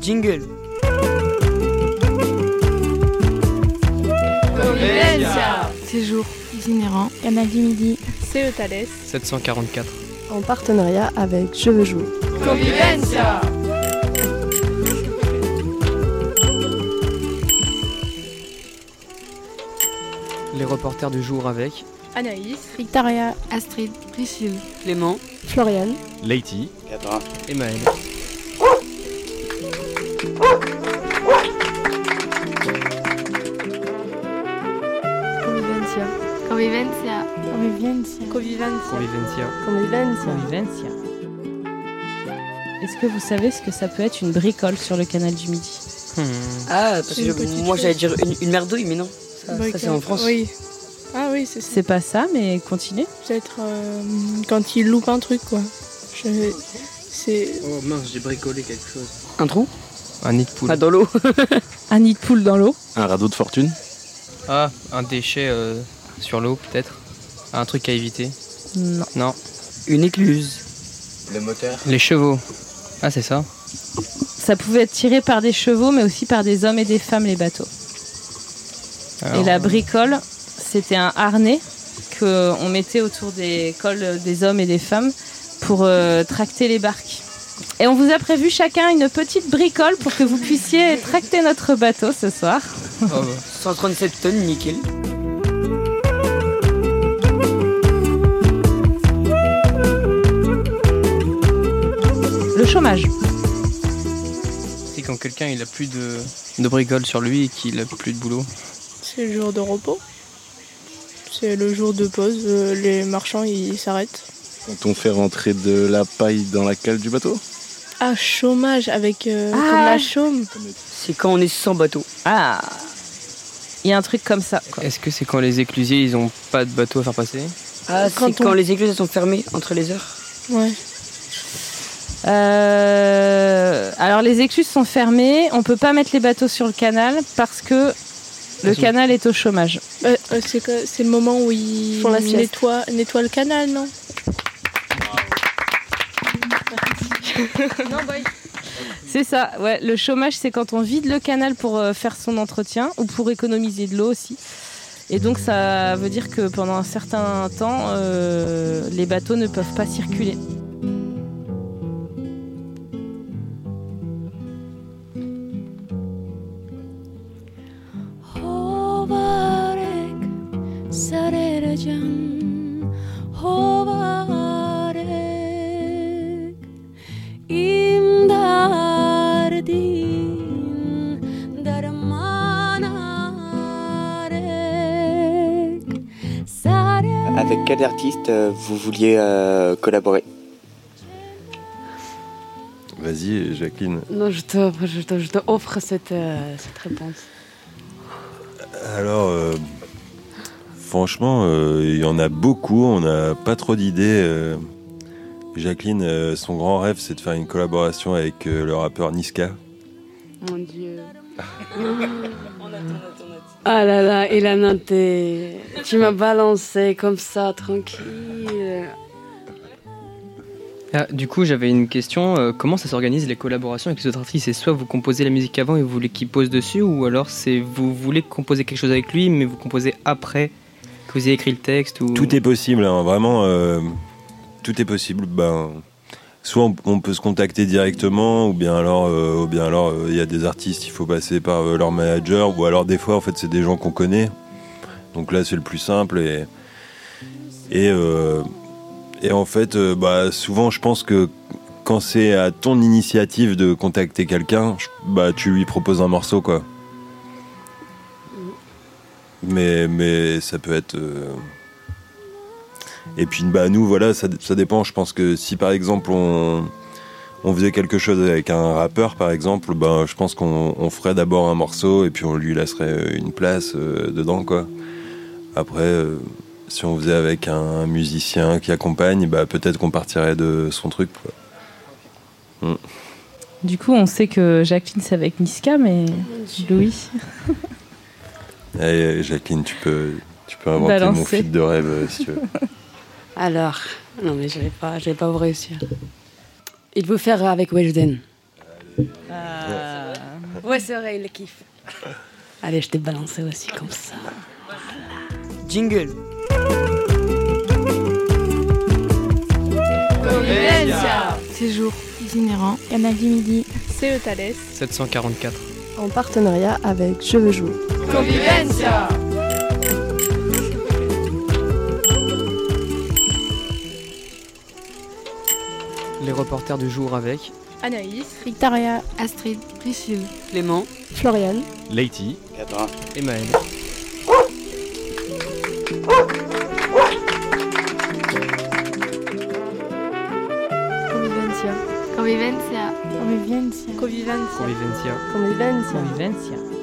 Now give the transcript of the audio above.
jingle. Séjour itinérant, Canal du Midi, CE Thales, 744. en partenariat avec Je veux jouer. Les reporters du jour avec. Anaïs, Victoria, Astrid, Priscille. Clément. Florian, Lady, Et Maël. Convivencia. Convivencia. Convivencia, Convivencia. Convivencia. Convivencia. Convivencia. Est-ce que vous savez ce que ça peut être une bricole sur le canal du Midi Ah, parce Une que petite moi j'allais chose. dire une, une merdouille, mais non. Ça, ça, c'est en France. Oui. Ah oui, c'est ça. C'est pas ça, mais continuez. Peut-être euh, quand il loupe un truc, quoi. Je- C'est. Oh mince, j'ai bricolé quelque chose. Un trou Un nid de poule. Pas dans l'eau. Un nid de poule dans l'eau. un radeau de fortune, Ah, un déchet euh, sur l'eau peut-être. Un truc à éviter. Non. Non. Une écluse. Le moteur. Les chevaux. Ah, c'est ça. Ça pouvait être tiré par des chevaux, mais aussi par des hommes et des femmes, les bateaux. Alors, et la bricole, c'était un harnais qu'on mettait autour des cols des hommes et des femmes pour euh, tracter les barques. Et on vous a prévu chacun une petite bricole pour que vous puissiez tracter notre bateau ce soir. oh, bah. 137 tonnes, nickel. Le chômage. C'est quand quelqu'un il a plus de, de bricole sur lui et qu'il a plus de boulot. C'est le jour de repos. C'est le jour de pause. euh, Les marchands, ils s'arrêtent. quand on fait rentrer de la paille dans la cale du bateau. Ah, chômage avec. euh, Ah. Comme la chaume. C'est quand on est sans bateau. Ah Il y a un truc comme ça. quoi. Est-ce que c'est quand les éclusiers ils ont pas de bateau à faire passer Ah, Quand c'est quand on- les écluses elles sont fermées entre les heures. Ouais. Euh, alors les écluses sont fermées, on peut pas mettre les bateaux sur le canal parce que le Elles sont- canal est au chômage. Euh, euh, c'est que- c'est le moment où ils Font la sieste. nettoient, nettoient le canal, non C'est ça, ouais, le chômage c'est quand on vide le canal pour euh, faire son entretien ou pour économiser de l'eau aussi. Et donc ça veut dire que pendant un certain temps, euh, les bateaux ne peuvent pas circuler. Hobarek sarerajan Hobarek imdardin darmanarek Sarerajan Avec quel artiste euh, vous vouliez euh, collaborer Vas-y, Jacqueline. Non, je te, je te, je te offre cette, euh, cette réponse. Alors, euh, franchement, euh, il y en a beaucoup, on n'a pas trop d'idées. euh. Jacqueline, euh, son grand rêve, c'est de faire une collaboration avec euh, le rappeur Niska. Mon Dieu. Ah là là, Ilana, t'es- tu m'as balancé comme ça, tranquille. Ah, du coup, j'avais une question. euh, comment ça s'organise les collaborations avec les autres artistes C'est soit vous composez la musique avant et vous voulez qu'il pose dessus, ou alors c'est vous voulez composer quelque chose avec lui, mais vous composez après que vous ayez écrit le texte ou... Tout est possible, hein, vraiment, euh, tout est possible. Ben, soit on, on peut se contacter directement, ou bien alors, euh, ou bien alors, euh, il y a des artistes, il faut passer par euh, leur manager, ou alors des fois, en fait, c'est des gens qu'on connaît. Donc là, c'est le plus simple et et euh, et en fait, euh, bah, souvent, je pense que quand c'est à ton initiative de contacter quelqu'un, je- bah, tu lui proposes un morceau, quoi. Mais, mais ça peut être. euh, et puis bah nous voilà, ça, ça dépend. Je pense que si par exemple on, on faisait quelque chose avec un rappeur par exemple, ben je pense qu'on on ferait d'abord un morceau et puis on lui laisserait une place euh, dedans quoi. Après, euh, si on faisait avec un musicien qui accompagne, bah peut-être qu'on partirait de son truc. quoi. Du coup, on sait que Jacqueline c'est avec Niska, mais Louis. Allez, Eh, Jacqueline, tu peux, tu peux inventer mon Balancer. feed de rêve euh, si tu veux. Alors, non mais je vais pas, je vais pas vous réussir. Il veut faire avec Weshden. Ah. Euh, Ouais, c'est vrai, il le kiffe. Allez, je t'ai balancé aussi comme ça. Jingle. Séjour itinérant. Canal du Midi. CE Thalès. 744. en partenariat avec Je veux jouer. Les reporters du jour avec. Anaïs. Victoria. Astrid. Priscille. Clément. Floriane, Lady, Et Maël. Convivencia. Convivencia. Convivencia. Convivencia. Convivencia, Convivencia.